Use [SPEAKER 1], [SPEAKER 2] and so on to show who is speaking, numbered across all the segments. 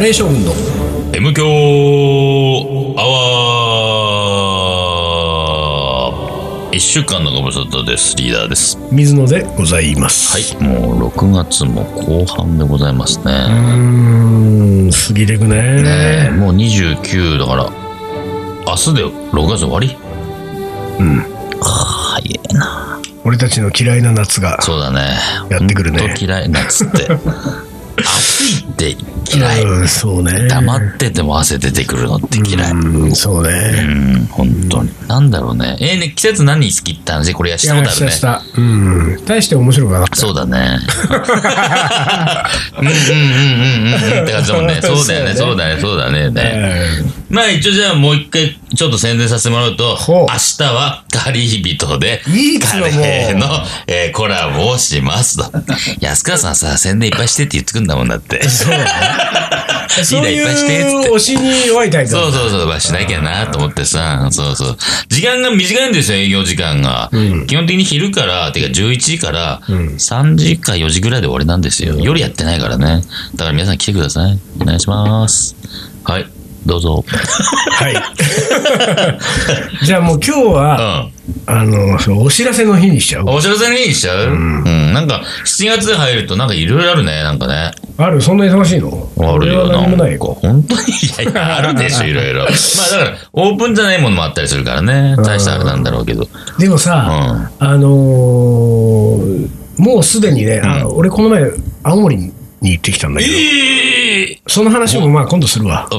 [SPEAKER 1] レーションの
[SPEAKER 2] M 強アワー一週間のご無沙汰です。リーダーです。は
[SPEAKER 1] 水野でございます。
[SPEAKER 2] い。もう6月も後半でございます
[SPEAKER 1] う
[SPEAKER 2] ね。
[SPEAKER 1] ーん、過ぎてくね。
[SPEAKER 2] ねえ、もう29だから、明日で6月終わり
[SPEAKER 1] うん。
[SPEAKER 2] はあ、いえな。
[SPEAKER 1] 俺たちの嫌いな夏が。
[SPEAKER 2] そうだね。
[SPEAKER 1] やってくるね
[SPEAKER 2] ほんと嫌い、夏って。暑いって嫌い。
[SPEAKER 1] うん、そうね。
[SPEAKER 2] 黙ってても汗出てくるのって嫌い。
[SPEAKER 1] うん、そうね。
[SPEAKER 2] うん、本当に。なんだろうね。えーね、季節何好きって話これやしたことあるね。
[SPEAKER 1] した。うん。大して面白くなかった。
[SPEAKER 2] そうだ ね。うんうんうんうんうんうんって感じだもんね。 そうだよね、そうだね、そうだね。ね
[SPEAKER 1] えー
[SPEAKER 2] まあ一応じゃあもう一回ちょっと宣伝させてもらうと、
[SPEAKER 1] ほう
[SPEAKER 2] 明日はガリー人で、
[SPEAKER 1] いいっすよ
[SPEAKER 2] カレ
[SPEAKER 1] もう
[SPEAKER 2] ーの、えーコラボをしますと。安川さんさ、宣伝いっぱいしてって言ってくんだもんだって。
[SPEAKER 1] そうだね。そう
[SPEAKER 2] リーダーいっぱいしてっつっ
[SPEAKER 1] い
[SPEAKER 2] て
[SPEAKER 1] う推しに弱いタイプだ
[SPEAKER 2] そうそうそう、まあ、しなきゃなと思ってさ、そうそう。時間が短いんですよ、営業時間が。
[SPEAKER 1] うん
[SPEAKER 2] 基本的に昼から、てか11時から、
[SPEAKER 1] うん
[SPEAKER 2] 3時か4時ぐらいで終わりなんですよ。夜やってないからね。だから皆さん来てください。お願いします。はい、どうぞ。
[SPEAKER 1] はい。じゃあもう今日
[SPEAKER 2] う
[SPEAKER 1] は、
[SPEAKER 2] ん。
[SPEAKER 1] あの、そうお知らせの日にしちゃう。
[SPEAKER 2] お知らせにしちゃううん。なんか、7月入るとなんかいろいろあるね、なんかね。
[SPEAKER 1] あるそんな忙しいの
[SPEAKER 2] あるよ
[SPEAKER 1] 俺は
[SPEAKER 2] な。
[SPEAKER 1] 何もないよ。
[SPEAKER 2] 本当にいやいや、あ るでしょ、いろいろ。まあだから、オープンじゃないものもあったりするからね。大したあれなんだろうけど。うん。
[SPEAKER 1] でもさ、あのーもうすでにね、あ
[SPEAKER 2] う
[SPEAKER 1] 俺この前、青森に行ってきたんだけど、
[SPEAKER 2] ええ
[SPEAKER 1] その話もまあ今度するわ。
[SPEAKER 2] お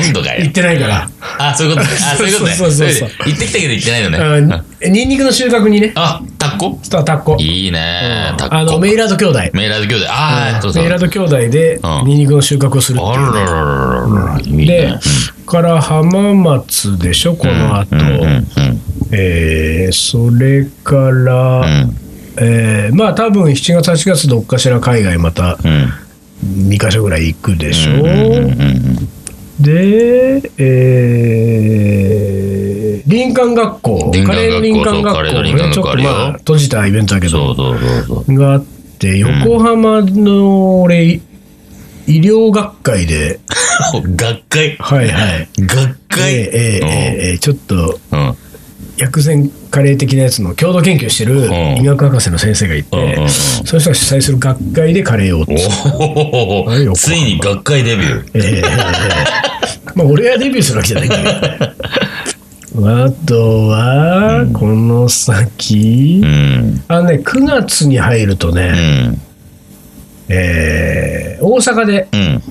[SPEAKER 2] 今度か
[SPEAKER 1] 行
[SPEAKER 2] よ
[SPEAKER 1] っ。てないから。
[SPEAKER 2] あ、そういうことね。あ、そういうことね。
[SPEAKER 1] そうそうそうそう
[SPEAKER 2] れで行ってきたけど行ってない
[SPEAKER 1] あ
[SPEAKER 2] のね。
[SPEAKER 1] ニンニクの収穫にね、
[SPEAKER 2] あ、タッコ
[SPEAKER 1] スタータッコ。
[SPEAKER 2] いいね。タ
[SPEAKER 1] あ
[SPEAKER 2] ッコ。
[SPEAKER 1] の、メイラード兄弟。
[SPEAKER 2] メイラード兄弟。ああ、そうそう。
[SPEAKER 1] メイラード兄弟で
[SPEAKER 2] う、ん
[SPEAKER 1] ニンニクの収穫をするって
[SPEAKER 2] あ
[SPEAKER 1] い
[SPEAKER 2] ら
[SPEAKER 1] う。
[SPEAKER 2] ららららら。いい
[SPEAKER 1] で
[SPEAKER 2] ね。、
[SPEAKER 1] から浜松でしょ、この後。
[SPEAKER 2] うんうん
[SPEAKER 1] えーそれから、えーまあ多分7月8月どっかしら海外また
[SPEAKER 2] うんうん
[SPEAKER 1] 2か所ぐらい行くでしょ、
[SPEAKER 2] うんうんうん
[SPEAKER 1] で、えー林間学校
[SPEAKER 2] 林間学校
[SPEAKER 1] カレーの林間学
[SPEAKER 2] そうカ
[SPEAKER 1] 校ねちょっと
[SPEAKER 2] レーの林間学校あるよ
[SPEAKER 1] まあ閉じたイベントだけ
[SPEAKER 2] そう
[SPEAKER 1] ど
[SPEAKER 2] そうそうそう。
[SPEAKER 1] があって横浜の俺、医療学会で
[SPEAKER 2] 学会
[SPEAKER 1] はいはい
[SPEAKER 2] 学
[SPEAKER 1] えー
[SPEAKER 2] 会
[SPEAKER 1] えーえーえーちょっと
[SPEAKER 2] うんうん
[SPEAKER 1] 薬膳カレー的なやつの共同研究してる
[SPEAKER 2] ん
[SPEAKER 1] 医学博士の先生がいて、
[SPEAKER 2] うんうんうん
[SPEAKER 1] その人が主催する学会でカレーをつ
[SPEAKER 2] お
[SPEAKER 1] あれよ
[SPEAKER 2] おついに学会デビュー。
[SPEAKER 1] ええまあ俺がデビューするわけじゃないんだけどあとは、この先、
[SPEAKER 2] うん。
[SPEAKER 1] あのね9月に入ると
[SPEAKER 2] う
[SPEAKER 1] ね、
[SPEAKER 2] ん。
[SPEAKER 1] えー大阪で
[SPEAKER 2] うん。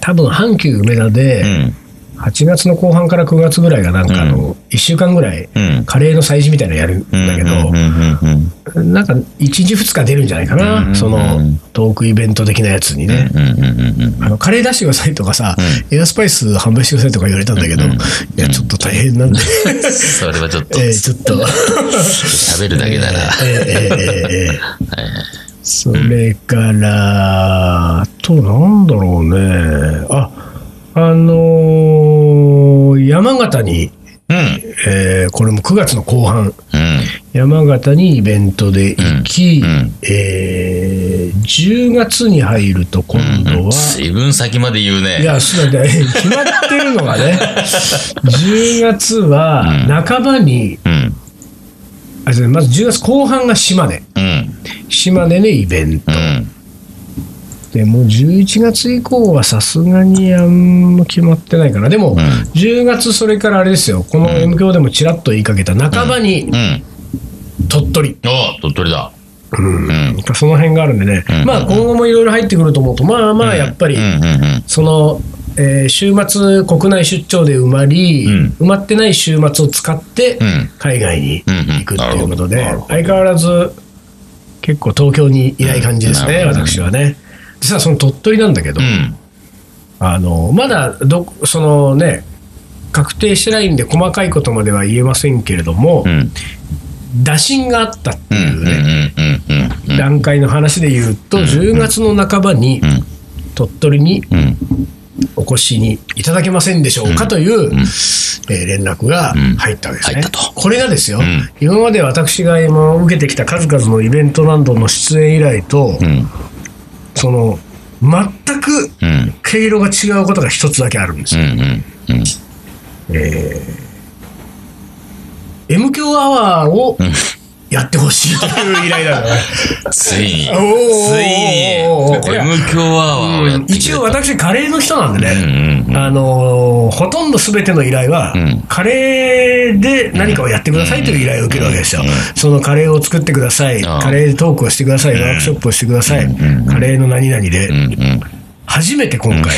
[SPEAKER 1] 多分阪急梅田で、
[SPEAKER 2] うん。
[SPEAKER 1] 8月の後半から9月ぐらいがなんかあの、1週間ぐらい
[SPEAKER 2] うん。
[SPEAKER 1] カレーの催事みたいなのやるんだけど、
[SPEAKER 2] うんうんうんうん
[SPEAKER 1] なんか1日2日出るんじゃないかな、
[SPEAKER 2] うん
[SPEAKER 1] そのトークイベント的なやつにね、
[SPEAKER 2] うんうんうんうん
[SPEAKER 1] あのカレー出してくださいとかさ、エアスパイス販売してくださいとか言われたんだけど、いやちょっと大変なんで、
[SPEAKER 2] それはちょっと
[SPEAKER 1] えーちょっと
[SPEAKER 2] 喋るだけなら。
[SPEAKER 1] えーえーえーえーそれから、あとなんだろうねああのー山形に、
[SPEAKER 2] うん。
[SPEAKER 1] えーこれも9月の後半
[SPEAKER 2] うん。
[SPEAKER 1] 山形にイベントで行き、
[SPEAKER 2] うんうん
[SPEAKER 1] えー10月に入ると今度は、
[SPEAKER 2] 随分先まで言う
[SPEAKER 1] い
[SPEAKER 2] ね。
[SPEAKER 1] や、そうだね。決まってるのがね、10月は
[SPEAKER 2] うん
[SPEAKER 1] 半ばに、
[SPEAKER 2] うん。
[SPEAKER 1] あじゃあまず10月後半が島根。
[SPEAKER 2] うん。
[SPEAKER 1] 島根でイベント
[SPEAKER 2] う。ん。
[SPEAKER 1] でもう11月以降はさすがにあんま決まってないかな。でも、
[SPEAKER 2] ん
[SPEAKER 1] 10月それからあれですよ、この M 響でもちらっと言いかけた半ばに
[SPEAKER 2] うん。
[SPEAKER 1] 鳥取。
[SPEAKER 2] お鳥取だ。
[SPEAKER 1] うん
[SPEAKER 2] うん。
[SPEAKER 1] その辺があるんでね、
[SPEAKER 2] うん
[SPEAKER 1] まあ今後もいろいろ入ってくると思うと、まあまあやっぱり、
[SPEAKER 2] うんうんうん。
[SPEAKER 1] その、えー週末国内出張で埋まり、
[SPEAKER 2] うん
[SPEAKER 1] 埋まってない週末を使って
[SPEAKER 2] うん
[SPEAKER 1] 海外に行くっていうこと
[SPEAKER 2] うんうん
[SPEAKER 1] で、
[SPEAKER 2] なるほど
[SPEAKER 1] 相変わらず結構東京にいない感じですね、
[SPEAKER 2] うんなるほどね
[SPEAKER 1] 私はね。実はその鳥取なんだけど、
[SPEAKER 2] うん。
[SPEAKER 1] あのまだどそのね確定してないんで細かいことまでは言えませんけれども、
[SPEAKER 2] うん。
[SPEAKER 1] 打診があったって
[SPEAKER 2] うん。
[SPEAKER 1] いうん
[SPEAKER 2] う。うん。
[SPEAKER 1] ね、
[SPEAKER 2] うん。うん。
[SPEAKER 1] 段階の話で言うと、10月の半ばに
[SPEAKER 2] うん。
[SPEAKER 1] 鳥取に
[SPEAKER 2] うん。
[SPEAKER 1] お越しにいただけませんでしょうかという、えー連絡が
[SPEAKER 2] ん
[SPEAKER 1] 入ったわけですね。
[SPEAKER 2] 入ったと
[SPEAKER 1] これがですよ、
[SPEAKER 2] ん
[SPEAKER 1] 今まで私が今受けてきた数々のイベントなどの出演以来と、
[SPEAKER 2] うん。
[SPEAKER 1] その全く
[SPEAKER 2] うん。
[SPEAKER 1] 毛色が違うことが一つだけあるんです
[SPEAKER 2] うん
[SPEAKER 1] よ、
[SPEAKER 2] うんうん。
[SPEAKER 1] えー、M 強アワーを
[SPEAKER 2] ん
[SPEAKER 1] やってほしいという依頼 だからね
[SPEAKER 2] ついに、ついに
[SPEAKER 1] おーおーおーおー、これ
[SPEAKER 2] M 強アワーをやってくれた
[SPEAKER 1] 一応私カレーの人なんで
[SPEAKER 2] うん
[SPEAKER 1] ね、
[SPEAKER 2] うん
[SPEAKER 1] あのーほとんど全ての依頼は、
[SPEAKER 2] うん
[SPEAKER 1] カレーで何かをやってくださいという依頼を受けるわけですよ、
[SPEAKER 2] うん
[SPEAKER 1] そのカレーを作ってください、
[SPEAKER 2] ああ
[SPEAKER 1] カレーでトークをしてください、ワークショップをしてください、
[SPEAKER 2] んうん
[SPEAKER 1] カレーの何々で、
[SPEAKER 2] うん。うんうん。
[SPEAKER 1] 初めて今回、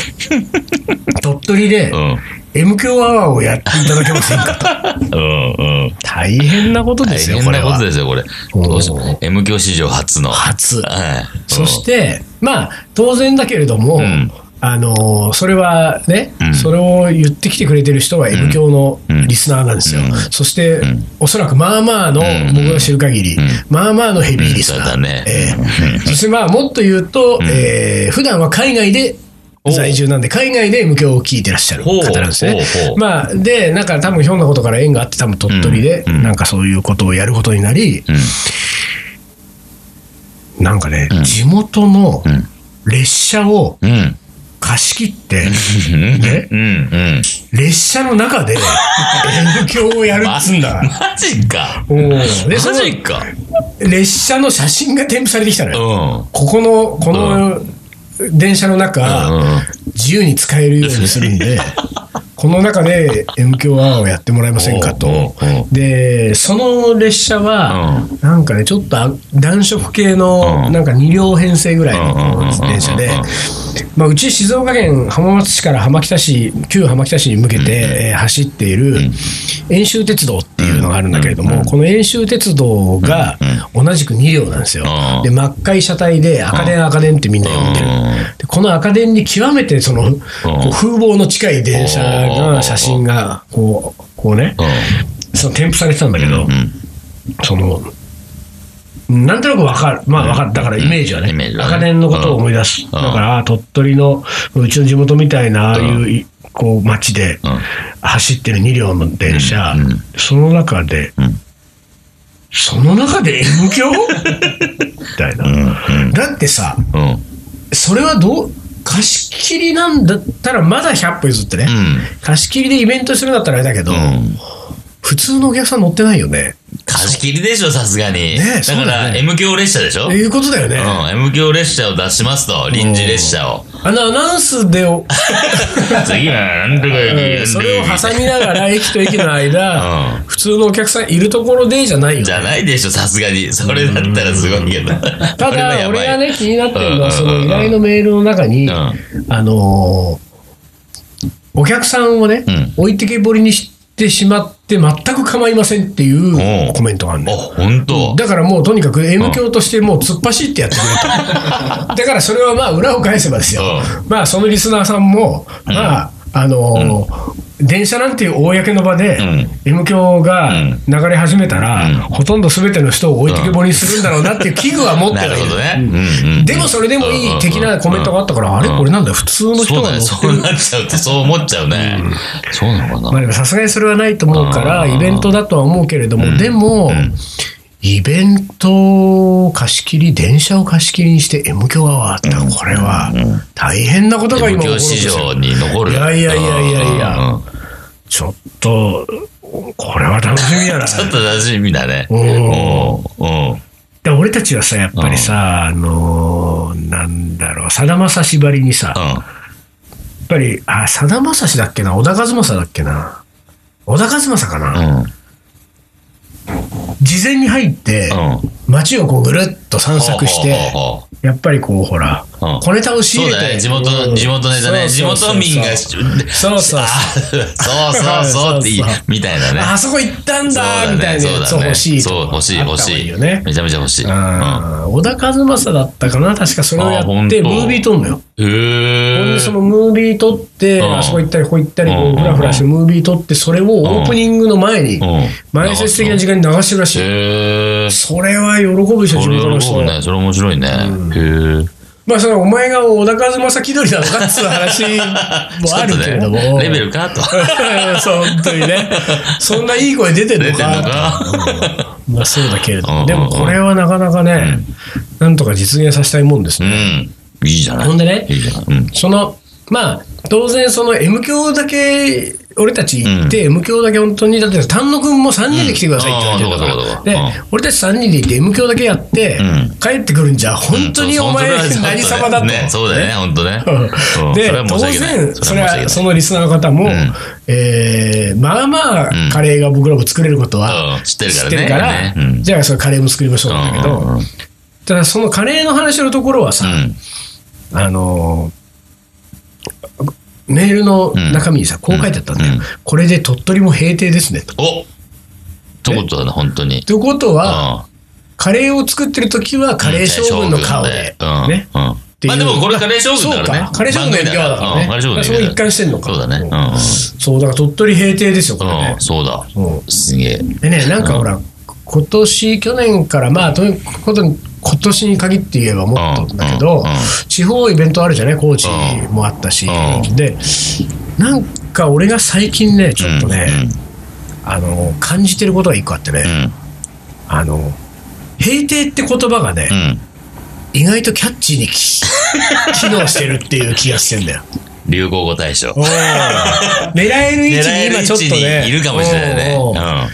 [SPEAKER 1] 鳥取で、
[SPEAKER 2] うん。
[SPEAKER 1] M 強アワーをやっていただけませんかと。
[SPEAKER 2] うんうん。
[SPEAKER 1] 大変なことで
[SPEAKER 2] 大
[SPEAKER 1] すよ、
[SPEAKER 2] 変
[SPEAKER 1] これ
[SPEAKER 2] なこと
[SPEAKER 1] は
[SPEAKER 2] で。すよ、これ。
[SPEAKER 1] おー
[SPEAKER 2] どうし M 教史上初の。は
[SPEAKER 1] 初。
[SPEAKER 2] い。
[SPEAKER 1] そして、まあ、当然だけれども、
[SPEAKER 2] ん
[SPEAKER 1] あのーそれはね、
[SPEAKER 2] うん
[SPEAKER 1] それを言ってきてくれてる人は M 教の
[SPEAKER 2] うん
[SPEAKER 1] リスナーなんですよ。
[SPEAKER 2] うん
[SPEAKER 1] そして、
[SPEAKER 2] ん
[SPEAKER 1] おそらくまあまあの、
[SPEAKER 2] ん
[SPEAKER 1] 僕が知る限り、
[SPEAKER 2] ん
[SPEAKER 1] まあまあのヘビーリスナー。
[SPEAKER 2] うんそうだね
[SPEAKER 1] ええそしてまあ、もっと言うと、えー普段は海外で
[SPEAKER 2] お
[SPEAKER 1] 在住なんで、海外で M 教を聞いてらっしゃる方なんですね
[SPEAKER 2] ほうほうほ。う
[SPEAKER 1] まあ、で、なんか多分ひょんなことから縁があって、多分鳥取で、
[SPEAKER 2] うんうん
[SPEAKER 1] なんかそういうことをやることになり、
[SPEAKER 2] うん。
[SPEAKER 1] なんかね、
[SPEAKER 2] ん
[SPEAKER 1] 地元の
[SPEAKER 2] ん
[SPEAKER 1] 列車を
[SPEAKER 2] うん。うん。
[SPEAKER 1] 貸し切って、
[SPEAKER 2] うん
[SPEAKER 1] ね
[SPEAKER 2] うん。うん。
[SPEAKER 1] 列車の中で M 響をやるっつんだから。
[SPEAKER 2] マジか。
[SPEAKER 1] おうでそ
[SPEAKER 2] マ
[SPEAKER 1] の
[SPEAKER 2] ジか。
[SPEAKER 1] 列車の写真が添付されてきたの
[SPEAKER 2] う
[SPEAKER 1] よ。
[SPEAKER 2] ん。
[SPEAKER 1] ここの、この電車の中、
[SPEAKER 2] うん
[SPEAKER 1] 自由に使えるようにするんで、 この中で M 響アワーをやってもらえませんかと
[SPEAKER 2] おうおうお。
[SPEAKER 1] で、その列車は、なんかね、ちょっとあ暖色系
[SPEAKER 2] う
[SPEAKER 1] の、
[SPEAKER 2] ん
[SPEAKER 1] なんか2両編成ぐらい
[SPEAKER 2] うんうんうんうんうん
[SPEAKER 1] の電車で、まあ、うち静岡県浜松市から浜北市、旧浜北市に向けて、えー走っている、遠州鉄道っていうのがあるんだけれども、この遠州鉄道が同じく2両なんですよ
[SPEAKER 2] う。ん
[SPEAKER 1] で、真っ赤い車体で、赤電赤電ってみんな呼んでる
[SPEAKER 2] うん。
[SPEAKER 1] でこの赤電に極めてその、こう風貌の近い電車が、写真が、こう、こうね、その添付されてたんだけど
[SPEAKER 2] う、ん。
[SPEAKER 1] その、なんとなくわかる。まあわかる。だからイメージはね
[SPEAKER 2] イメージ。はね
[SPEAKER 1] 赤年のことを思い出す。
[SPEAKER 2] ん
[SPEAKER 1] だから、あ鳥取の、うちの地元みたいな、ああいうい、こう、街で
[SPEAKER 2] うん。
[SPEAKER 1] 走ってる2両の電車
[SPEAKER 2] うんうん、
[SPEAKER 1] その中で
[SPEAKER 2] うん、
[SPEAKER 1] その中で M 響 みたいな。
[SPEAKER 2] うん。
[SPEAKER 1] だってさ、
[SPEAKER 2] うん。
[SPEAKER 1] それはどう、貸し切りなんだったら、まだ100歩譲ってね。
[SPEAKER 2] うん。
[SPEAKER 1] 貸し切りでイベントするんだったらあれだけど、
[SPEAKER 2] うん。
[SPEAKER 1] 普通のお客さん乗ってないよね。
[SPEAKER 2] 貸し切りでしょ、さすがに。
[SPEAKER 1] ねえそ
[SPEAKER 2] だ
[SPEAKER 1] うだ
[SPEAKER 2] か
[SPEAKER 1] よね
[SPEAKER 2] ら、M 響列車でしょ
[SPEAKER 1] ということだよね。
[SPEAKER 2] うん、M 強列車を出しますと、臨時列車を。
[SPEAKER 1] あのアナウンスでお、
[SPEAKER 2] 次は、なんと
[SPEAKER 1] う
[SPEAKER 2] か
[SPEAKER 1] んそれを挟みながら駅と駅の間、
[SPEAKER 2] う
[SPEAKER 1] 普通のお客さんいるところでじゃないよ
[SPEAKER 2] じゃ
[SPEAKER 1] ね。
[SPEAKER 2] ないでしょ、さすがに。それだったらすごいけど。
[SPEAKER 1] た
[SPEAKER 2] これは
[SPEAKER 1] だ、
[SPEAKER 2] やばい
[SPEAKER 1] 俺がね、気になってるのは、
[SPEAKER 2] うん
[SPEAKER 1] その依頼のメールの中に、
[SPEAKER 2] うん
[SPEAKER 1] あのーお客さんをね
[SPEAKER 2] うん、
[SPEAKER 1] 置いてけぼりにしてしまって、全く構いませんってい
[SPEAKER 2] お
[SPEAKER 1] う
[SPEAKER 2] う
[SPEAKER 1] コメントがある
[SPEAKER 2] あ、
[SPEAKER 1] ね。
[SPEAKER 2] ほんと
[SPEAKER 1] だからもうとにかく M 教としてもう突っ走ってやってくれ と。だからそれはまあ裏を返せばですよ。まあそのリスナーさんも、まあ、あのー電車なんていう公の場で、
[SPEAKER 2] うん
[SPEAKER 1] M 教が
[SPEAKER 2] うん
[SPEAKER 1] 流れ始めたら、
[SPEAKER 2] うん
[SPEAKER 1] ほとんど全ての人を置いてけぼりにするんだろうなっていう危惧は持って
[SPEAKER 2] な
[SPEAKER 1] る
[SPEAKER 2] る
[SPEAKER 1] わけ
[SPEAKER 2] ほ
[SPEAKER 1] です
[SPEAKER 2] どね。うんうん
[SPEAKER 1] でもそれでもいい的なコメントがあったから、あれこれなんだよ、普通の
[SPEAKER 2] そ
[SPEAKER 1] 人
[SPEAKER 2] うだ
[SPEAKER 1] が乗っ
[SPEAKER 2] ね、
[SPEAKER 1] て
[SPEAKER 2] そう
[SPEAKER 1] る。
[SPEAKER 2] なっちゃうと、そう思っちゃうね。そうなのか
[SPEAKER 1] まあ
[SPEAKER 2] な。
[SPEAKER 1] でもさすがにそれはないと思うから、
[SPEAKER 2] うん
[SPEAKER 1] イベントだとは思うけれども、でも、イベントを貸し切り、電車を貸し切りにして M 響アワーって、これは大変なことが今
[SPEAKER 2] 無
[SPEAKER 1] 起こるん
[SPEAKER 2] 教
[SPEAKER 1] です
[SPEAKER 2] 市
[SPEAKER 1] よ
[SPEAKER 2] 場。に残る。
[SPEAKER 1] いやいやいやいやいや
[SPEAKER 2] うん
[SPEAKER 1] ちょっと、これは楽しみや な。
[SPEAKER 2] ちょっと楽しみだね。
[SPEAKER 1] お
[SPEAKER 2] うん。うん。
[SPEAKER 1] で俺たちはさ、やっぱりさ、あのーなんだろう、さだまさしばりにさ、やっぱり、あ、さだまさしだっけな、小田和正だっけな、小田和正かな、
[SPEAKER 2] うん。
[SPEAKER 1] 事前に入って、
[SPEAKER 2] うん。
[SPEAKER 1] 街をこうぐるっと散策して、
[SPEAKER 2] ほうほうほうほう
[SPEAKER 1] やっぱりこう、ほら、
[SPEAKER 2] うん
[SPEAKER 1] 小ネタを仕
[SPEAKER 2] そう
[SPEAKER 1] 入れ
[SPEAKER 2] だ
[SPEAKER 1] て、
[SPEAKER 2] ね、地元
[SPEAKER 1] う
[SPEAKER 2] の、
[SPEAKER 1] ん
[SPEAKER 2] 地元ネタね。地
[SPEAKER 1] そうそうそう
[SPEAKER 2] 元民 が、
[SPEAKER 1] そうそうそう
[SPEAKER 2] あそうそうそうっていい
[SPEAKER 1] そうそう、
[SPEAKER 2] みたいなね。
[SPEAKER 1] あそこ行ったん
[SPEAKER 2] そう
[SPEAKER 1] だ
[SPEAKER 2] だ
[SPEAKER 1] みたいな
[SPEAKER 2] ね、そう
[SPEAKER 1] やつ
[SPEAKER 2] だ
[SPEAKER 1] を
[SPEAKER 2] ね。
[SPEAKER 1] 欲しいと
[SPEAKER 2] そう、欲しい、欲しい。
[SPEAKER 1] よね。
[SPEAKER 2] めちゃめちゃ欲しい。うん。
[SPEAKER 1] あー小田和正だったかな確かそれをや
[SPEAKER 2] あ
[SPEAKER 1] っ
[SPEAKER 2] 本
[SPEAKER 1] て、
[SPEAKER 2] 当
[SPEAKER 1] ムービー撮んのよ。ほん
[SPEAKER 2] へ
[SPEAKER 1] でそ
[SPEAKER 2] ー
[SPEAKER 1] のムービー撮って、
[SPEAKER 2] うん
[SPEAKER 1] あそこ行ったり、ここ行ったり、こ
[SPEAKER 2] う
[SPEAKER 1] うんフラフラしてムービー撮って、それをオープニングの前に、
[SPEAKER 2] うん。
[SPEAKER 1] 前説的な時間に流してるらしい。
[SPEAKER 2] へー
[SPEAKER 1] それは喜ぶでしょ、地
[SPEAKER 2] それ
[SPEAKER 1] 元の
[SPEAKER 2] 喜
[SPEAKER 1] 人
[SPEAKER 2] ぶね。それ面白いね。へー
[SPEAKER 1] まあ、それはお前が小田和正気取りだとかっつう話もあるけれど
[SPEAKER 2] ちょっと
[SPEAKER 1] も。
[SPEAKER 2] ねレベルかと。
[SPEAKER 1] そう本当にね。そんないい声出てん
[SPEAKER 2] 出
[SPEAKER 1] の
[SPEAKER 2] てんの
[SPEAKER 1] か。
[SPEAKER 2] か
[SPEAKER 1] まあ、そうだけれど
[SPEAKER 2] うんうんう
[SPEAKER 1] も。
[SPEAKER 2] ん
[SPEAKER 1] でも、これはなかなかね、なんとか実現させたいもんです
[SPEAKER 2] う
[SPEAKER 1] ね。
[SPEAKER 2] ん。いいじゃない。
[SPEAKER 1] ほんでね
[SPEAKER 2] いいじゃない。うん。
[SPEAKER 1] その、まあ、当然、その M 教だけ、俺たち行って、M 教だけ本当に、だって丹野くんも3人で来てくださいって言われてる
[SPEAKER 2] うんあーそうかそう
[SPEAKER 1] か
[SPEAKER 2] かそう
[SPEAKER 1] ら、
[SPEAKER 2] か
[SPEAKER 1] で、俺たち3人で行って、M 教だけやって
[SPEAKER 2] うん、
[SPEAKER 1] 帰ってくるんじゃ、本当にお前、何様だと。
[SPEAKER 2] ね、そうだよね、本当ね。うん
[SPEAKER 1] で
[SPEAKER 2] それは
[SPEAKER 1] 当
[SPEAKER 2] 申し訳ない
[SPEAKER 1] 然、それ
[SPEAKER 2] 申し訳ない
[SPEAKER 1] はそのリスナーの方も、
[SPEAKER 2] ん
[SPEAKER 1] えーまあまあ、カレーが僕らも作れること
[SPEAKER 2] う
[SPEAKER 1] は
[SPEAKER 2] ん
[SPEAKER 1] 知
[SPEAKER 2] 知
[SPEAKER 1] っ
[SPEAKER 2] ってて
[SPEAKER 1] る
[SPEAKER 2] る
[SPEAKER 1] か、
[SPEAKER 2] かららねうん
[SPEAKER 1] じゃあ、それカレーも作りましょうなんだけど、
[SPEAKER 2] うんうんうん
[SPEAKER 1] ただ、そのカレーの話のところはさ、
[SPEAKER 2] うん
[SPEAKER 1] あのーメールの中身にさ、こう書いてあったんだよ、
[SPEAKER 2] うん
[SPEAKER 1] これで鳥取も閉店ですねと。
[SPEAKER 2] おってことだな、本当に。
[SPEAKER 1] ということは、
[SPEAKER 2] うん
[SPEAKER 1] カレーを作ってる時はカレー将軍の顔で、
[SPEAKER 2] うん
[SPEAKER 1] ね。
[SPEAKER 2] うん
[SPEAKER 1] ていう
[SPEAKER 2] まあでもこれカレー将軍だから
[SPEAKER 1] そう
[SPEAKER 2] ね。
[SPEAKER 1] かカレー将軍の影響だからね
[SPEAKER 2] うんカレー将軍の影響
[SPEAKER 1] そこ一貫してんのか
[SPEAKER 2] そうだね。うん
[SPEAKER 1] そう、だから鳥取閉店ですよ、これ
[SPEAKER 2] うん。
[SPEAKER 1] ね
[SPEAKER 2] うん、。そうだ。
[SPEAKER 1] うん
[SPEAKER 2] すげえ。
[SPEAKER 1] でね、なんかほら、今年、去年から、まあ、とにことに今年に限って言えばもっとだけ
[SPEAKER 2] う
[SPEAKER 1] ど、
[SPEAKER 2] んうんうん
[SPEAKER 1] 地方イベントあるじゃない、高知もあったし、
[SPEAKER 2] う
[SPEAKER 1] で、なんか俺が最近ね、ちょっとね、あの感じてることが一個あってね、
[SPEAKER 2] うん。うん。
[SPEAKER 1] あの平定って言葉がね、
[SPEAKER 2] うん。
[SPEAKER 1] 意外とキャッチーにき機能してるっていう気がしてんだよ。
[SPEAKER 2] 流行語大賞。
[SPEAKER 1] おー狙える位置に
[SPEAKER 2] 狙える
[SPEAKER 1] 今
[SPEAKER 2] 位
[SPEAKER 1] ちょっ
[SPEAKER 2] 置
[SPEAKER 1] とね。
[SPEAKER 2] にいるかもしれないね。
[SPEAKER 1] おーお
[SPEAKER 2] う
[SPEAKER 1] ー
[SPEAKER 2] ん。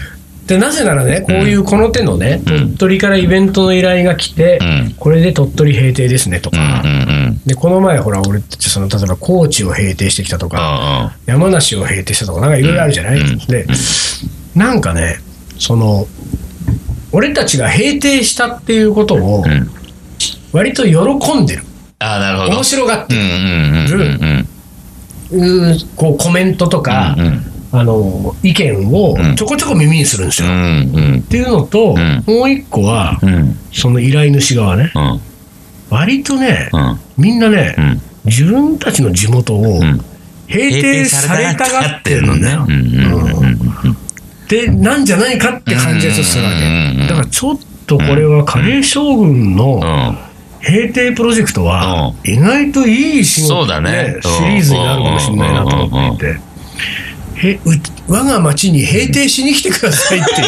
[SPEAKER 1] でなぜならね、こういうこの手のね、
[SPEAKER 2] うん
[SPEAKER 1] 鳥取からイベントの依頼が来て、
[SPEAKER 2] うん
[SPEAKER 1] これで鳥取平定ですねと
[SPEAKER 2] うん
[SPEAKER 1] か、
[SPEAKER 2] うんうん。
[SPEAKER 1] でこの前、ほら、俺たちその、例えば高知を平定してきたとか、
[SPEAKER 2] あ
[SPEAKER 1] 山梨を平定したとか、なんかいろいろあるじゃない、
[SPEAKER 2] うん
[SPEAKER 1] で、なんかね、その、俺たちが平定したっていうことを
[SPEAKER 2] あ、う、ん。
[SPEAKER 1] 割と喜んでる、
[SPEAKER 2] ああ、なるほど
[SPEAKER 1] 面。白がっ
[SPEAKER 2] う
[SPEAKER 1] て
[SPEAKER 2] んうんうんうんうん。
[SPEAKER 1] る、こうコメントとか、
[SPEAKER 2] うん
[SPEAKER 1] あの、意見を
[SPEAKER 2] うん
[SPEAKER 1] ちょこちょこ耳にするんです
[SPEAKER 2] う
[SPEAKER 1] よ。っ
[SPEAKER 2] んうん
[SPEAKER 1] ていうのと、
[SPEAKER 2] うん
[SPEAKER 1] もう一個は、
[SPEAKER 2] うんうん
[SPEAKER 1] その依頼主側ね、
[SPEAKER 2] うん
[SPEAKER 1] 割とね、
[SPEAKER 2] うん
[SPEAKER 1] みんなね、
[SPEAKER 2] うん
[SPEAKER 1] 自分たちの地元を
[SPEAKER 2] うん。
[SPEAKER 1] 平定されたがってるのね。
[SPEAKER 2] うんうんうんうん。
[SPEAKER 1] で、なんじゃないかって感じがちょっとするわ
[SPEAKER 2] うんうんう
[SPEAKER 1] け。
[SPEAKER 2] ん
[SPEAKER 1] だからちょっとこれはカレー将軍
[SPEAKER 2] う
[SPEAKER 1] の
[SPEAKER 2] ん。
[SPEAKER 1] 平定プロジェクトは意外といい仕事
[SPEAKER 2] そうだねうん
[SPEAKER 1] シリーズになるかもしれないなと思っていて。へう我が町に平定しに来てください っていうね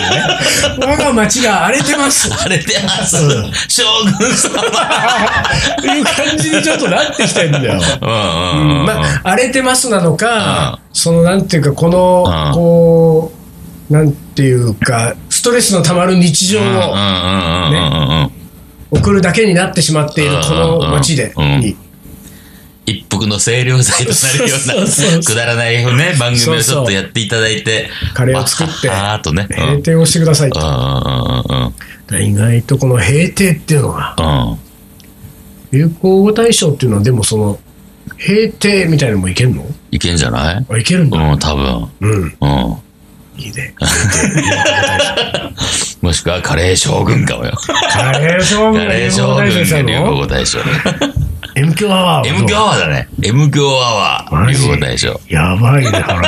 [SPEAKER 1] 我が町が荒れてます
[SPEAKER 2] あれでます
[SPEAKER 1] うん。
[SPEAKER 2] 将軍様。
[SPEAKER 1] っていう感じにちょっとなってきてんだよ。
[SPEAKER 2] うんうんうん。
[SPEAKER 1] まあ、荒れてますなのか、そのなんていうか、こ
[SPEAKER 2] う
[SPEAKER 1] の、
[SPEAKER 2] ん
[SPEAKER 1] こう、なんていうか、ストレスのたまる日常を
[SPEAKER 2] うんうんうんうんうんうん。
[SPEAKER 1] 送るだけになってしまっている
[SPEAKER 2] うん、
[SPEAKER 1] この街で、
[SPEAKER 2] うん
[SPEAKER 1] に
[SPEAKER 2] 一服の清涼剤となる よ
[SPEAKER 1] そうそう
[SPEAKER 2] う
[SPEAKER 1] そう
[SPEAKER 2] なくだらないね番組をち
[SPEAKER 1] そう
[SPEAKER 2] ょっ
[SPEAKER 1] そう
[SPEAKER 2] とやっていただいて
[SPEAKER 1] カレーを作って
[SPEAKER 2] あははーっとねうん
[SPEAKER 1] 閉店をしてくださいと。
[SPEAKER 2] うんうん
[SPEAKER 1] 意外とこの閉店っていうのが、
[SPEAKER 2] うんうん
[SPEAKER 1] 流行語大賞っていうのは、でもその、閉店みたいなのもいけるの
[SPEAKER 2] いけんじゃない
[SPEAKER 1] あいけるんだ。
[SPEAKER 2] うん多分
[SPEAKER 1] うん、
[SPEAKER 2] うん
[SPEAKER 1] いいね。
[SPEAKER 2] もしくはカレー将軍か もよ
[SPEAKER 1] カレー将軍
[SPEAKER 2] カ
[SPEAKER 1] が
[SPEAKER 2] レ
[SPEAKER 1] 流
[SPEAKER 2] ー
[SPEAKER 1] 行
[SPEAKER 2] 将
[SPEAKER 1] 語
[SPEAKER 2] 軍
[SPEAKER 1] 大賞にした
[SPEAKER 2] が流行
[SPEAKER 1] の
[SPEAKER 2] 語大賞
[SPEAKER 1] ?M 響アワーはど
[SPEAKER 2] M
[SPEAKER 1] う
[SPEAKER 2] 響アワーだね M 響アワー
[SPEAKER 1] マ
[SPEAKER 2] 流
[SPEAKER 1] ジ
[SPEAKER 2] 行語大賞
[SPEAKER 1] やばいね、これ。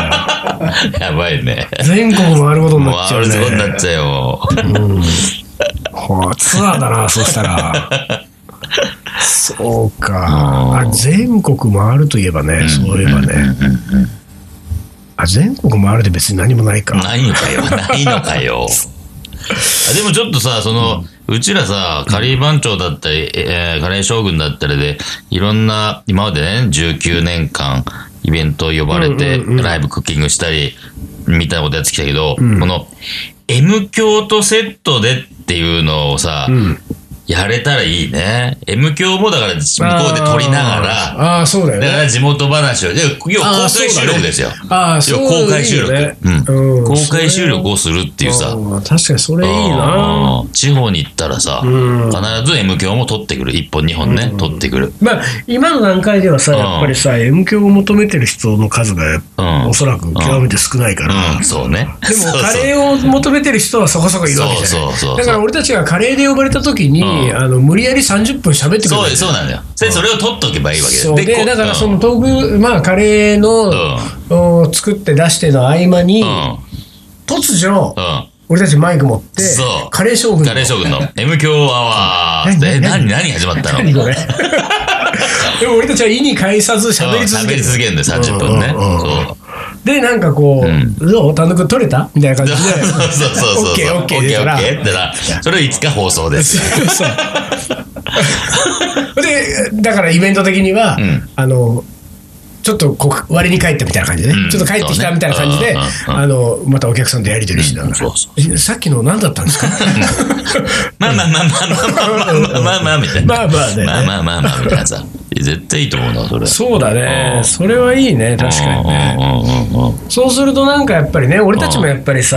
[SPEAKER 2] やばいね
[SPEAKER 1] 全国回ることに
[SPEAKER 2] もう
[SPEAKER 1] なっちゃ
[SPEAKER 2] あ
[SPEAKER 1] う
[SPEAKER 2] る
[SPEAKER 1] ね。
[SPEAKER 2] とこになっちゃうよ
[SPEAKER 1] うんはあ、ツアーだ な、そしたら。そうか。あれ全国回るといえばね、そういえばね。あ全国回るで別に何もないか。
[SPEAKER 2] ないの かよ、ないのかよ。あでもちょっとさ、その、うちらさ、カリー番長だったり、えーカレー将軍だったりで、いろんな、今までね、19年間、イベント呼ばれて、
[SPEAKER 1] うんうんうん
[SPEAKER 2] ライブクッキングしたり、みたいなことやってきたけど、この、M 教とセットでっていうのをさ、
[SPEAKER 1] うん
[SPEAKER 2] やれたらいいね。M 教もだから、向こうで撮りながら、
[SPEAKER 1] あーあー、そうだよ
[SPEAKER 2] だか
[SPEAKER 1] ね。
[SPEAKER 2] ら地元話を、いや要
[SPEAKER 1] あー
[SPEAKER 2] は公開収録ですよ。
[SPEAKER 1] ああ、
[SPEAKER 2] 要
[SPEAKER 1] そう
[SPEAKER 2] は公開収録。
[SPEAKER 1] いいね
[SPEAKER 2] うん
[SPEAKER 1] うん
[SPEAKER 2] 公開収録をするっていうさ。
[SPEAKER 1] あー確かにそれいいな。
[SPEAKER 2] うん地方に行ったらさ、
[SPEAKER 1] ん
[SPEAKER 2] 必ず M 響も取ってくる。1本2本ね、取ってくる。
[SPEAKER 1] まあ、今の段階ではさ、
[SPEAKER 2] うん
[SPEAKER 1] やっぱりさ、M 響を求めてる人の数が
[SPEAKER 2] うん
[SPEAKER 1] おそらく極めて少ないから、
[SPEAKER 2] うん、 そうね。
[SPEAKER 1] でもカレーを求めてる人はそこそこいるわけじゃ
[SPEAKER 2] そうそうそうそ
[SPEAKER 1] な
[SPEAKER 2] う
[SPEAKER 1] い。だから俺たちがカレーで呼ばれた時に、
[SPEAKER 2] うん
[SPEAKER 1] あの無理やり30分喋ってくれ
[SPEAKER 2] そうそうそう
[SPEAKER 1] る。
[SPEAKER 2] そうなんだよ。でそれを取っとけばいいわけ
[SPEAKER 1] そうで
[SPEAKER 2] こ
[SPEAKER 1] だからそうの
[SPEAKER 2] ん
[SPEAKER 1] トーク、まあ、カレーの、お作って出しての合間に、
[SPEAKER 2] うん。
[SPEAKER 1] 突如、
[SPEAKER 2] うん。
[SPEAKER 1] 俺たちマイク持って
[SPEAKER 2] そう
[SPEAKER 1] カレー将軍
[SPEAKER 2] カレー将軍の M 響アワー。
[SPEAKER 1] 何
[SPEAKER 2] え、
[SPEAKER 1] 何
[SPEAKER 2] 何、何始まったの
[SPEAKER 1] 何これ でも俺たちは意に介さず喋り続け
[SPEAKER 2] うん喋り
[SPEAKER 1] る
[SPEAKER 2] 続けるんだよ、30分ね。
[SPEAKER 1] うんうんうん
[SPEAKER 2] そう。
[SPEAKER 1] でなんかこう「
[SPEAKER 2] ん
[SPEAKER 1] どう単独取れた?」みたいな感じ
[SPEAKER 2] そう
[SPEAKER 1] で
[SPEAKER 2] そうそうそう。
[SPEAKER 1] オッケーオッケー出たら
[SPEAKER 2] オッケーオッケーってなそれをいつか放送です。
[SPEAKER 1] そうでだからイベント的には、
[SPEAKER 2] うん
[SPEAKER 1] あのちょっとこう割に帰ったみたいな感じでね、
[SPEAKER 2] うん
[SPEAKER 1] ちょっと帰ってきたみたいな感じで、
[SPEAKER 2] そうねうんうん
[SPEAKER 1] あのまたお客さんとやり取りしながら、
[SPEAKER 2] うんそうそ
[SPEAKER 1] えさっきの何だったんですか
[SPEAKER 2] まあまあまあまあまあまあまあまあみたいな。
[SPEAKER 1] まあまあね
[SPEAKER 2] まあまあまあまあみたいなさ。絶対いいと思うな、それ。
[SPEAKER 1] そうだね、それはいいね、確かにね。
[SPEAKER 2] うんうんうんうん。
[SPEAKER 1] そうするとなんかやっぱりね、俺たちもやっぱりさ、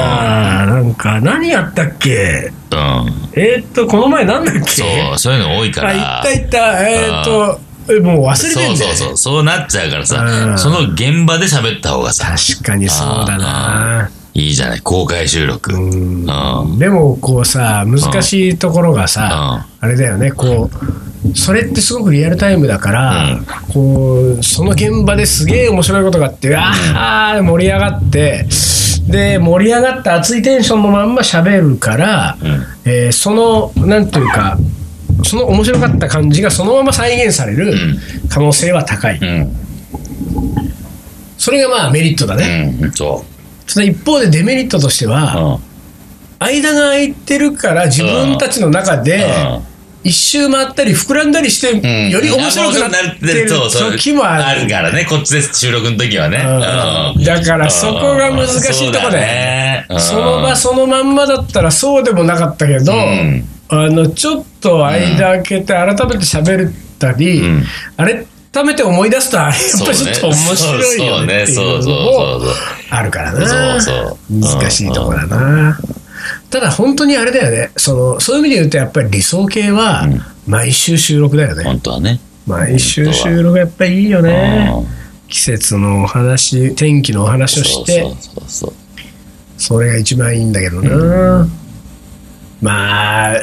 [SPEAKER 1] なんか何やったっけ
[SPEAKER 2] うん
[SPEAKER 1] えーっと、この前なんだっけ
[SPEAKER 2] そう、そういうの多いか
[SPEAKER 1] あ、
[SPEAKER 2] ら。
[SPEAKER 1] 行った行った、えーっと、えもう忘れてんだ
[SPEAKER 2] そ
[SPEAKER 1] よ。
[SPEAKER 2] うそうそう、そうなっちゃうから
[SPEAKER 1] う
[SPEAKER 2] さ、
[SPEAKER 1] ん
[SPEAKER 2] その現場で喋った方がさ、
[SPEAKER 1] 確かにそうだな。
[SPEAKER 2] いいじゃない、公開収録。うん。うん
[SPEAKER 1] でもこうさ難しいところがさ、あれだよねこうそれってすごくリアルタイムだから、
[SPEAKER 2] うん
[SPEAKER 1] こうその現場ですげえ面白いことがあってああ盛り上がってで盛り上がった熱いテンションのまんま喋るから、
[SPEAKER 2] ん
[SPEAKER 1] えーそのなんていうかその面白かった感じがそのまま再現される可能性は高い、それがまあメリットだね、
[SPEAKER 2] うん。そ
[SPEAKER 1] ただ一方でデメリットとしては、
[SPEAKER 2] う。うん。
[SPEAKER 1] 間が空いてるから自分たちの中で
[SPEAKER 2] うん
[SPEAKER 1] 一周回ったり膨らんだりして
[SPEAKER 2] うん
[SPEAKER 1] より面白くなってる
[SPEAKER 2] そうそう
[SPEAKER 1] 時もあ
[SPEAKER 2] あ
[SPEAKER 1] る
[SPEAKER 2] るからね、こっちで収録の時はね。
[SPEAKER 1] うん
[SPEAKER 2] うん
[SPEAKER 1] だからそこが難しいとこだよね
[SPEAKER 2] うん
[SPEAKER 1] そ
[SPEAKER 2] そうだね
[SPEAKER 1] の場そのまんまだったらそうでもなかったけど
[SPEAKER 2] ん
[SPEAKER 1] あのちょっと間空けて改めて喋ったり
[SPEAKER 2] うん
[SPEAKER 1] 改めて思い出すとあれやっぱちょっと面白いよねって
[SPEAKER 2] そ
[SPEAKER 1] いうう
[SPEAKER 2] そう
[SPEAKER 1] の
[SPEAKER 2] そう
[SPEAKER 1] も
[SPEAKER 2] そう
[SPEAKER 1] あるからな
[SPEAKER 2] そうそう
[SPEAKER 1] 難しいとこだなただ本当にあれだよねそのそういう意味で言うとやっぱり理想系は毎週収録だよね、
[SPEAKER 2] 本当はね。
[SPEAKER 1] 毎週収録やっぱりいいよね
[SPEAKER 2] うん
[SPEAKER 1] 季節のお話天気のお話をしてそ
[SPEAKER 2] そうそうそう
[SPEAKER 1] れが一番いいんだけどな、まあ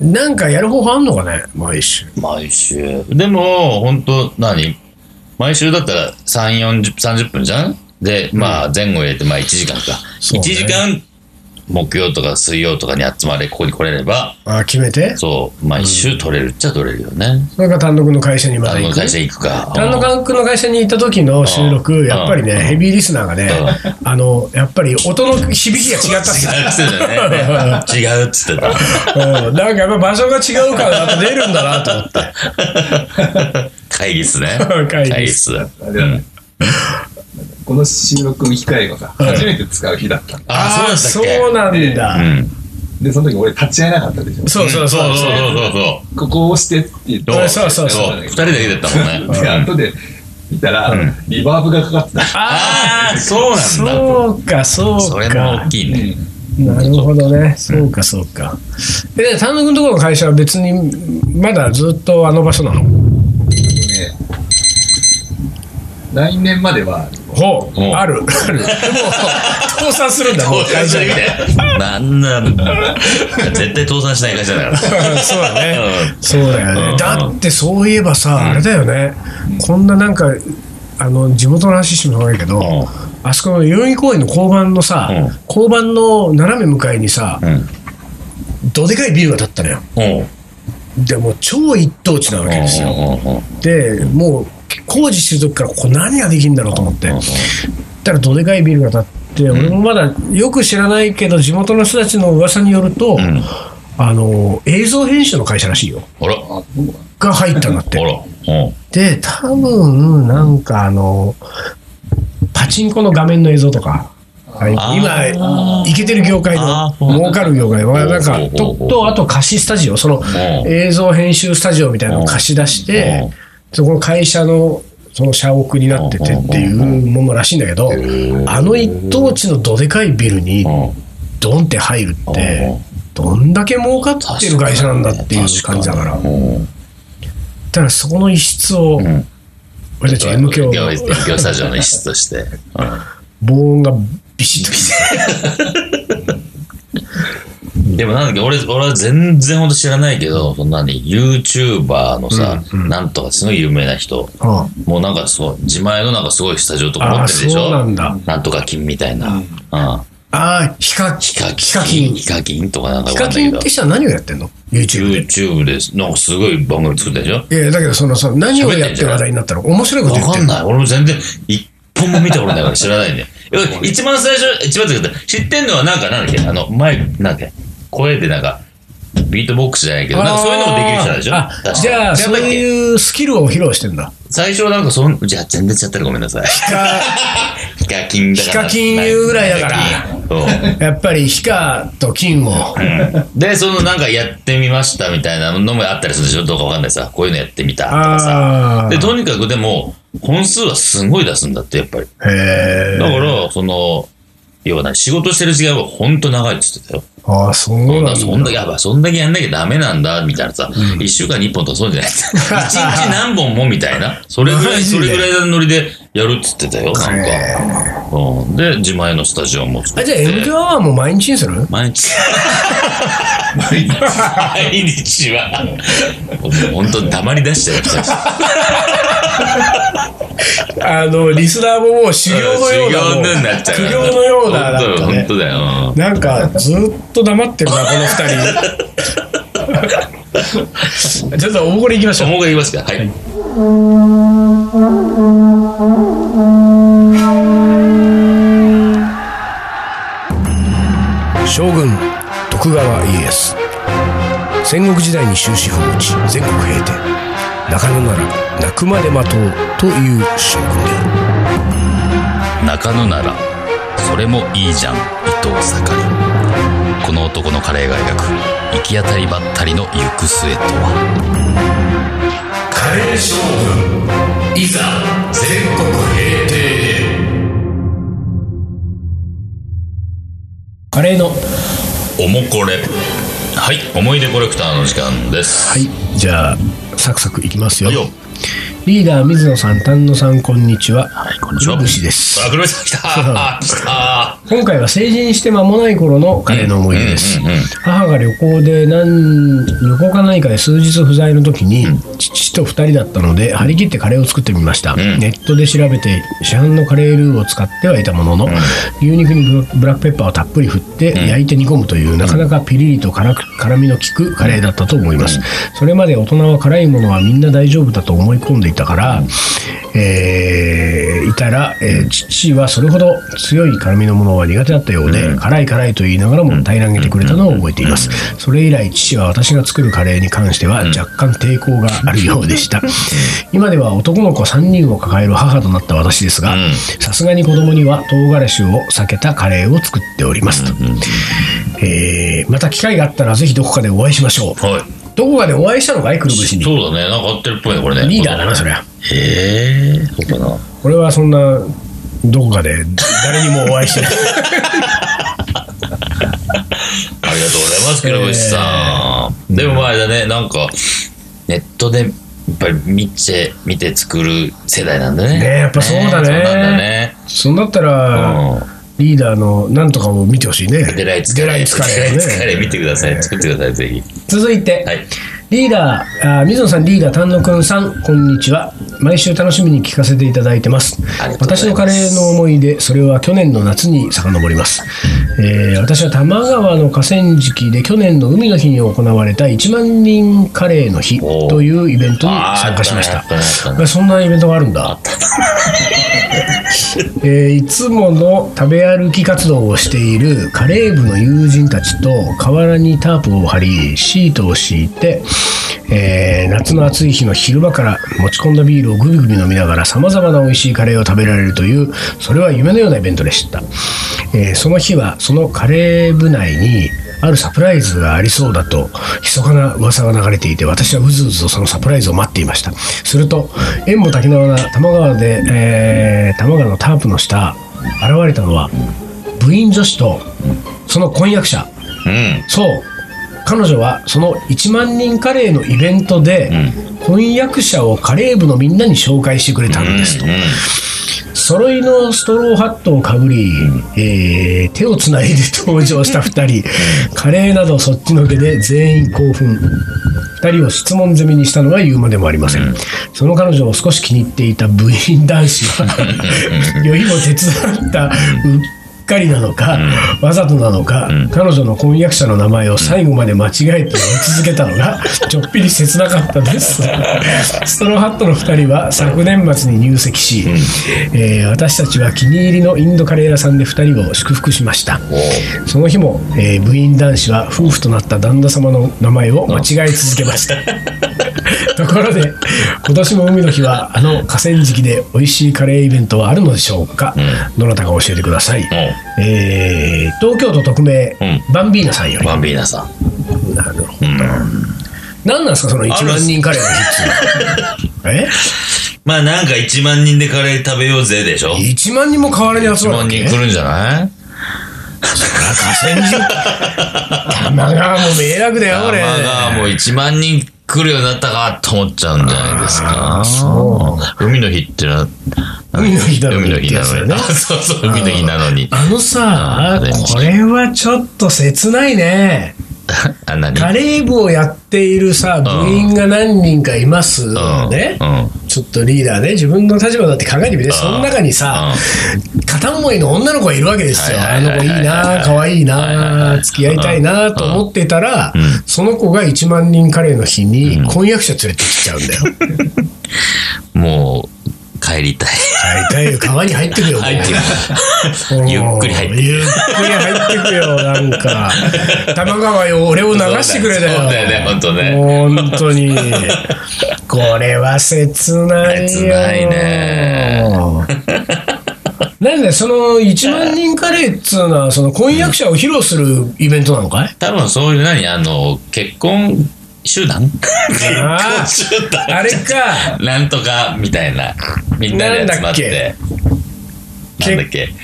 [SPEAKER 1] なんかやる方法あんのかね毎週
[SPEAKER 2] そう。毎週。でも、本当何毎週だったら3、40 30分じゃんで、まあ、前後入れて、まあ1時間か。
[SPEAKER 1] そう
[SPEAKER 2] 1
[SPEAKER 1] ね
[SPEAKER 2] 時間、木曜とか水曜とかに集まれ、ここに来れれば、
[SPEAKER 1] あ決めて
[SPEAKER 2] そう、毎週取れるっちゃ取れるよね。
[SPEAKER 1] それか単独の会社にま
[SPEAKER 2] あ
[SPEAKER 1] た行
[SPEAKER 2] の
[SPEAKER 1] く
[SPEAKER 2] 会社行くか。
[SPEAKER 1] 単独の会社に行った時の収
[SPEAKER 2] う
[SPEAKER 1] 録
[SPEAKER 2] ん
[SPEAKER 1] やっぱりね
[SPEAKER 2] うん
[SPEAKER 1] ヘビーリスナーがねあのやっぱり音の響きが違ったっす
[SPEAKER 2] 違うっつってたね。違うっつって た。
[SPEAKER 1] うん なんかやっぱ場所が違うからなって出るんだなと思って。。
[SPEAKER 2] 会議室ね
[SPEAKER 1] 会議室
[SPEAKER 2] 室。
[SPEAKER 3] あれだねこの収録の機械がさ、初めて使う日だったの
[SPEAKER 2] あ、そうだ
[SPEAKER 1] そ
[SPEAKER 2] っ
[SPEAKER 1] うなん
[SPEAKER 2] たっ
[SPEAKER 1] だ。
[SPEAKER 2] けうん。
[SPEAKER 3] で、その時俺立ち会えなかったでしょ。
[SPEAKER 1] そうそうそう
[SPEAKER 2] そうそうそうそ
[SPEAKER 3] ここを押してって言って
[SPEAKER 2] う。
[SPEAKER 1] そうそうそう
[SPEAKER 2] 二人だけだったもんね。
[SPEAKER 3] で、後で見たら、リバーブがかかってた。
[SPEAKER 2] ああ、そうなんだ。
[SPEAKER 1] そうか、そ
[SPEAKER 2] そうれも
[SPEAKER 1] か
[SPEAKER 2] 大。きいね。
[SPEAKER 1] なるほどね。そうか、そうか。え、単独のところの会社は別に、まだずっとあの場所なの
[SPEAKER 3] ね来年までは、
[SPEAKER 1] ほう
[SPEAKER 2] ほう。
[SPEAKER 1] ある。 ある。でも、倒産するんだ、もう
[SPEAKER 2] 会
[SPEAKER 1] 会社
[SPEAKER 2] 社み
[SPEAKER 1] が。
[SPEAKER 2] たいな。なんなんだ。絶対倒産しない会社だか ら。
[SPEAKER 1] そうだね。
[SPEAKER 2] うん
[SPEAKER 1] そうだよね、
[SPEAKER 2] うん
[SPEAKER 1] だってそういえばさ、あれだよね、こんななんかあの地元の話してもらうけど、
[SPEAKER 2] ん
[SPEAKER 1] あそこの代々木公園の交番のさ、
[SPEAKER 2] うん
[SPEAKER 1] 交番の斜め向かいにさ、
[SPEAKER 2] うん。
[SPEAKER 1] どでかいビルが建ったのよ
[SPEAKER 2] おう
[SPEAKER 1] でもう超一等地なわけですよ、
[SPEAKER 2] おうおうおう
[SPEAKER 1] でもう工事してる時からここ何ができるんだろうと思って、
[SPEAKER 2] うんうん
[SPEAKER 1] たらどでかいビルが建って、俺もまだよく知らないけど地元の人たちの噂によると、
[SPEAKER 2] ん
[SPEAKER 1] あの映像編集の会社らしいよ
[SPEAKER 2] あら、
[SPEAKER 3] あ、そうなの
[SPEAKER 1] が入ったんだって
[SPEAKER 2] あら、おう
[SPEAKER 1] で多分なんかあのパチンコの画面の映像とか
[SPEAKER 2] あー
[SPEAKER 1] 今いけてる業界
[SPEAKER 2] あ
[SPEAKER 1] の
[SPEAKER 2] ーそうなんだ
[SPEAKER 1] 儲かる業界はなん
[SPEAKER 2] ほう
[SPEAKER 1] か
[SPEAKER 2] ほうほ
[SPEAKER 1] と
[SPEAKER 2] うほう
[SPEAKER 1] とあと貸しスタジオその
[SPEAKER 2] ん
[SPEAKER 1] 映像編集スタジオみたいなのを貸し出し
[SPEAKER 2] う
[SPEAKER 1] て
[SPEAKER 2] ん
[SPEAKER 1] そこの会社のその社屋になっててっていうものらしいんだけどあの一等地のどでかいビルに
[SPEAKER 2] おう
[SPEAKER 1] ドンって入るってどんだけ儲かってる会社なんだっていう感じだから。
[SPEAKER 2] おう
[SPEAKER 1] だからそこの一室を、
[SPEAKER 2] ん
[SPEAKER 1] 俺たち M 響
[SPEAKER 2] 業業スタジオの一室として。
[SPEAKER 1] 防音がビシッときて
[SPEAKER 2] でもなんだっけ、俺、俺は全然ほんと知らないけど、そんなに YouTuber のさ、なんとかすごい有名な人。
[SPEAKER 1] あ
[SPEAKER 2] もうなんかそう、自前のなんかすごいスタジオとか持
[SPEAKER 1] あ
[SPEAKER 2] ってるでし
[SPEAKER 1] そう
[SPEAKER 2] ょ
[SPEAKER 1] なんだ
[SPEAKER 2] なんとか金みたいな。うん。
[SPEAKER 1] あヒカ
[SPEAKER 2] ヒカキ
[SPEAKER 1] ヒカキン
[SPEAKER 2] ン。ヒカキンとかなんか
[SPEAKER 1] ヒ
[SPEAKER 2] わか
[SPEAKER 1] カ
[SPEAKER 2] んな
[SPEAKER 1] キ
[SPEAKER 2] い
[SPEAKER 1] ンっ
[SPEAKER 2] け
[SPEAKER 1] て人は何をやってんの YouTube で
[SPEAKER 2] YouTube で、なんかすごい番組作ったでしょ
[SPEAKER 1] いやだけどそのさ何をやって話題になったの面白いこと言
[SPEAKER 2] わ
[SPEAKER 1] って
[SPEAKER 2] か
[SPEAKER 1] る
[SPEAKER 2] んない。俺も全然、一本も見たことないから知ら ないね。え一番最初、一番最初、知ってんのはなんか、なんだっけあの、前、なんだっけ声でなんか、ビートボックスじゃないけど、なんかそういうのもできる人なんでしょ
[SPEAKER 1] あーあじゃあそう
[SPEAKER 2] う。
[SPEAKER 1] いうスキルを披露してんだ
[SPEAKER 2] 最初なんかそん、じゃあ全然ちゃったらごめんなさい。ヒカキンだから。
[SPEAKER 1] ヒカキン言うぐらいだから
[SPEAKER 2] そう
[SPEAKER 1] やっぱりヒカと金を、
[SPEAKER 2] で、そのなんかやってみましたみたいなのもあったりするでしょどうかわかんないさ。こういうのやってみたとか
[SPEAKER 1] あ
[SPEAKER 2] さ
[SPEAKER 1] ー。
[SPEAKER 2] で、とにかくでも、本数はすごい出すんだって、やっぱり。
[SPEAKER 1] へ
[SPEAKER 2] だから、その、要はね、仕事してる時間はほんと長いって言ってたよ。
[SPEAKER 1] ーああそうなんだ
[SPEAKER 2] そんだけ、やばい、そんだけやんなきゃダメなんだ、みたいなさ。一、週間に一本とかそう じゃない。一日何本もみたいな。それぐら
[SPEAKER 1] マ
[SPEAKER 2] い、
[SPEAKER 1] ジ
[SPEAKER 2] そ
[SPEAKER 1] で
[SPEAKER 2] れぐらいのノリでやるって言ってたよ、なんか。うん、で、自前のスタジオも作
[SPEAKER 1] あ
[SPEAKER 2] って。
[SPEAKER 1] じゃあ m 響はもう毎日にする
[SPEAKER 2] 毎日。毎日は。もう本当に黙り出しちゃ う。
[SPEAKER 1] あのリスナーももう修行のようなもう
[SPEAKER 2] 修行になっちゃう。
[SPEAKER 1] 苦行のようななんか
[SPEAKER 2] 本
[SPEAKER 1] ね
[SPEAKER 2] 当だよ、本当だよ。
[SPEAKER 1] なんかずっと黙ってるなこの 二人ちょっと大これいきましょう
[SPEAKER 2] もうが言いますか。はい。
[SPEAKER 1] 将軍徳川家康戦国時代に終止符を打ち全国平定中野なら泣くまで待とうという将軍である
[SPEAKER 2] 中野ならそれもいいじゃん伊藤盛りこの男のカレーが描く行き当たりばったりの行く末とは
[SPEAKER 1] カレー将
[SPEAKER 2] いざ全国平定
[SPEAKER 1] カレーのは
[SPEAKER 2] おもこれはい思い出コレクターの時間です
[SPEAKER 1] いじゃあサクサクいきますよ
[SPEAKER 2] はいよ
[SPEAKER 1] リーダー水野さん丹野さんこんにちは
[SPEAKER 2] はいこんにちは
[SPEAKER 1] 黒串です
[SPEAKER 2] あ 黒串来た来た
[SPEAKER 1] 今回は成人して間もない頃のカレーの思い出です、
[SPEAKER 2] うんうんうん
[SPEAKER 1] 母が旅行で何旅行か何かで数日不在の時に、父と2人だったので張り切ってカレーを作ってみました、
[SPEAKER 2] ん
[SPEAKER 1] ネットで調べて市販のカレールーを使ってはいたものの、牛肉にブラブラックペッパーをたっぷり振って焼いて煮込むという、なかなかピリリと辛く辛みの効くカレーだったと思います、それまで大人は辛いものはみんな大丈夫だと思い込んでいたから、えーいたら、えー父はそれほど強い辛みのものは苦手だったようで、辛い辛いと言いながらも平らげてくれたのを覚えています、それ以来父は私が作るカレーに関しては若干抵抗があるようでした、今では男の子3人を抱える母となった私ですが
[SPEAKER 2] うん
[SPEAKER 1] さすがに子供には唐辛子を避けたカレーを作っておりますと、えーまた機会があったらぜひどこかでお会いしましょう
[SPEAKER 2] はい
[SPEAKER 1] どこかでお会いしたのかいくるぶしに
[SPEAKER 2] そうだねなんか合ってるっぽいねこれね
[SPEAKER 1] リーダーだなそりゃ
[SPEAKER 2] へえそうかな
[SPEAKER 1] 俺はそんなどこかで誰にもお会いしてない
[SPEAKER 2] ありがとうございます、黒渕さん。でもまああれだね、なんか、ネットで、やっぱり見て、見て作る世代なんだね。
[SPEAKER 1] ねえやっぱそうだね
[SPEAKER 2] そうなんだね。
[SPEAKER 1] そんだったら
[SPEAKER 2] うん
[SPEAKER 1] リーダーのなんとかを見てほしいね
[SPEAKER 2] デライツカレー。
[SPEAKER 1] デライツカレーね
[SPEAKER 2] デライツカレー見てください。作ってください、ぜひ。
[SPEAKER 1] 続いて、
[SPEAKER 2] はい。
[SPEAKER 1] リーダーあー水野さんリーダー丹野くんさんこんにちは毎週楽しみに聞かせていただいてます
[SPEAKER 2] ありがとうござ
[SPEAKER 1] 私
[SPEAKER 2] います
[SPEAKER 1] のカレーの思い出それは去年の夏に遡ります、えー私は多摩川の河川敷で去年の海の日に行われた1万人カレーの日
[SPEAKER 2] おー
[SPEAKER 1] というイベントに参加しまし
[SPEAKER 2] あ
[SPEAKER 1] た
[SPEAKER 2] ーあったねあったねあったね
[SPEAKER 1] えそんなイベントがあるんだ。えーいつもの食べ歩き活動をしているカレー部の友人たちと河原にタープを張りシートを敷いて、えー夏の暑い日の昼間から持ち込んだビールをグビグビ飲みながらさまざまな美味しいカレーを食べられるというそれは夢のようなイベントでした、えーその日はそのカレー部内にあるサプライズがありそうだと密かな噂が流れていて私はうずうずとそのサプライズを待っていましたすると縁も竹縄な多摩川で、えー多摩川のタープの下現れたのは部員女子とその婚約者
[SPEAKER 2] うん。
[SPEAKER 1] そう彼女はその1万人カレーのイベントで婚約者をカレー部のみんなに紹介してくれたのですと
[SPEAKER 2] うんうん
[SPEAKER 1] 揃いのストローハットをかぶり、えー手をつないで登場した2人カレーなどそっちのけで全員興奮2人を質問攻めにしたのは言うまでもありません、その彼女を少 し気に入っていた部員男子は酔いも手伝ったうかりなのか、わざとなのか、彼女の婚約者の名前を最後まで間違えて呼び続けたのが、ちょっぴり切なかったです。ストローハットの2人は昨年末に入籍し、えー私たちは気に入りのインドカレー屋さんで2人を祝福しました。その日も、えー部員男子は夫婦となった旦那様の名前を間違え続けました。 ところで今年も海の日はあの河川敷で美味しいカレーイベントはあるのでしょうか、どなたか教えてください、えー東京都特命、
[SPEAKER 2] うん
[SPEAKER 1] バンビーナさんより
[SPEAKER 2] バンビーナさん。
[SPEAKER 1] なるほど、何なんですかその1万人カレーの日って いうのはえ
[SPEAKER 2] まあなんか1万人でカレー食べようぜでしょ。
[SPEAKER 1] 1万人も代わりに集
[SPEAKER 2] 1
[SPEAKER 1] まる
[SPEAKER 2] 万
[SPEAKER 1] わ
[SPEAKER 2] 人
[SPEAKER 1] け
[SPEAKER 2] 来るんじ ゃない
[SPEAKER 1] 河川敷玉川も迷惑だよ
[SPEAKER 2] 山
[SPEAKER 1] 俺
[SPEAKER 2] がもう1万人来るようになったかと思っちゃうんじゃないですか。海の日ってな、
[SPEAKER 1] 海の日だろ
[SPEAKER 2] 海の日な
[SPEAKER 1] ってやつだよ
[SPEAKER 2] のに。
[SPEAKER 1] ね
[SPEAKER 2] あそうそう、海の日なのに。
[SPEAKER 1] あのさ
[SPEAKER 2] あー
[SPEAKER 1] これはちょっと切ないね
[SPEAKER 2] あ、何
[SPEAKER 1] カレー部をやっているさ部員が何人かいます、
[SPEAKER 2] うん
[SPEAKER 1] ね、
[SPEAKER 2] う
[SPEAKER 1] ちょっとリーダーね自分の立場だって考えてみてその中にさ、片思いの女の子がいるわけですよ、
[SPEAKER 2] はいはいはいは
[SPEAKER 1] あの
[SPEAKER 2] い
[SPEAKER 1] 子いいな可愛い
[SPEAKER 2] はいはいは
[SPEAKER 1] ない付き合いたいなと思ってたら、その子が1万人カレーの日に婚約者連れてきちゃうんだよ、
[SPEAKER 2] ん。もう、帰 りたい。
[SPEAKER 1] 大体川に入ってくよもう
[SPEAKER 2] 入ってく
[SPEAKER 1] うん
[SPEAKER 2] ゆっくり入ってく
[SPEAKER 1] ゆっくり入ってくよなんか玉川よ俺を流してくれだよ
[SPEAKER 2] そうだよね、ほんとね。
[SPEAKER 1] 本当に。これは切ないよ。
[SPEAKER 2] 切ないね。
[SPEAKER 1] なんで、その1万人カレーっつうのは、その婚約者を披露するイベントなのかい
[SPEAKER 2] 多分そういう、何あの、結婚集団結
[SPEAKER 1] あ
[SPEAKER 2] 婚
[SPEAKER 1] ー
[SPEAKER 2] 集団
[SPEAKER 1] あれか、
[SPEAKER 2] なんとか、みたいな。みんなで集まって。
[SPEAKER 1] け
[SPEAKER 2] なんだっけ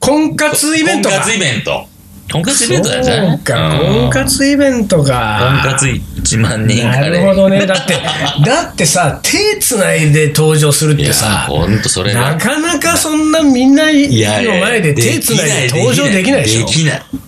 [SPEAKER 1] 婚活イベント
[SPEAKER 2] 婚
[SPEAKER 1] か。
[SPEAKER 2] 活イベント。婚活イベントなんじゃな
[SPEAKER 1] そ
[SPEAKER 2] いう
[SPEAKER 1] か、
[SPEAKER 2] うん
[SPEAKER 1] 婚活イベントか
[SPEAKER 2] 婚。活1万人
[SPEAKER 1] な
[SPEAKER 2] カレー。
[SPEAKER 1] るほどね。だって、だってさ、手つないで登場するっ
[SPEAKER 2] い
[SPEAKER 1] て
[SPEAKER 2] や、
[SPEAKER 1] さ、
[SPEAKER 2] ほんとそれは
[SPEAKER 1] なかなかそんなみんなの
[SPEAKER 2] いやいや
[SPEAKER 1] 前で手つないで登場できないでしょ
[SPEAKER 2] で。きない。
[SPEAKER 1] うん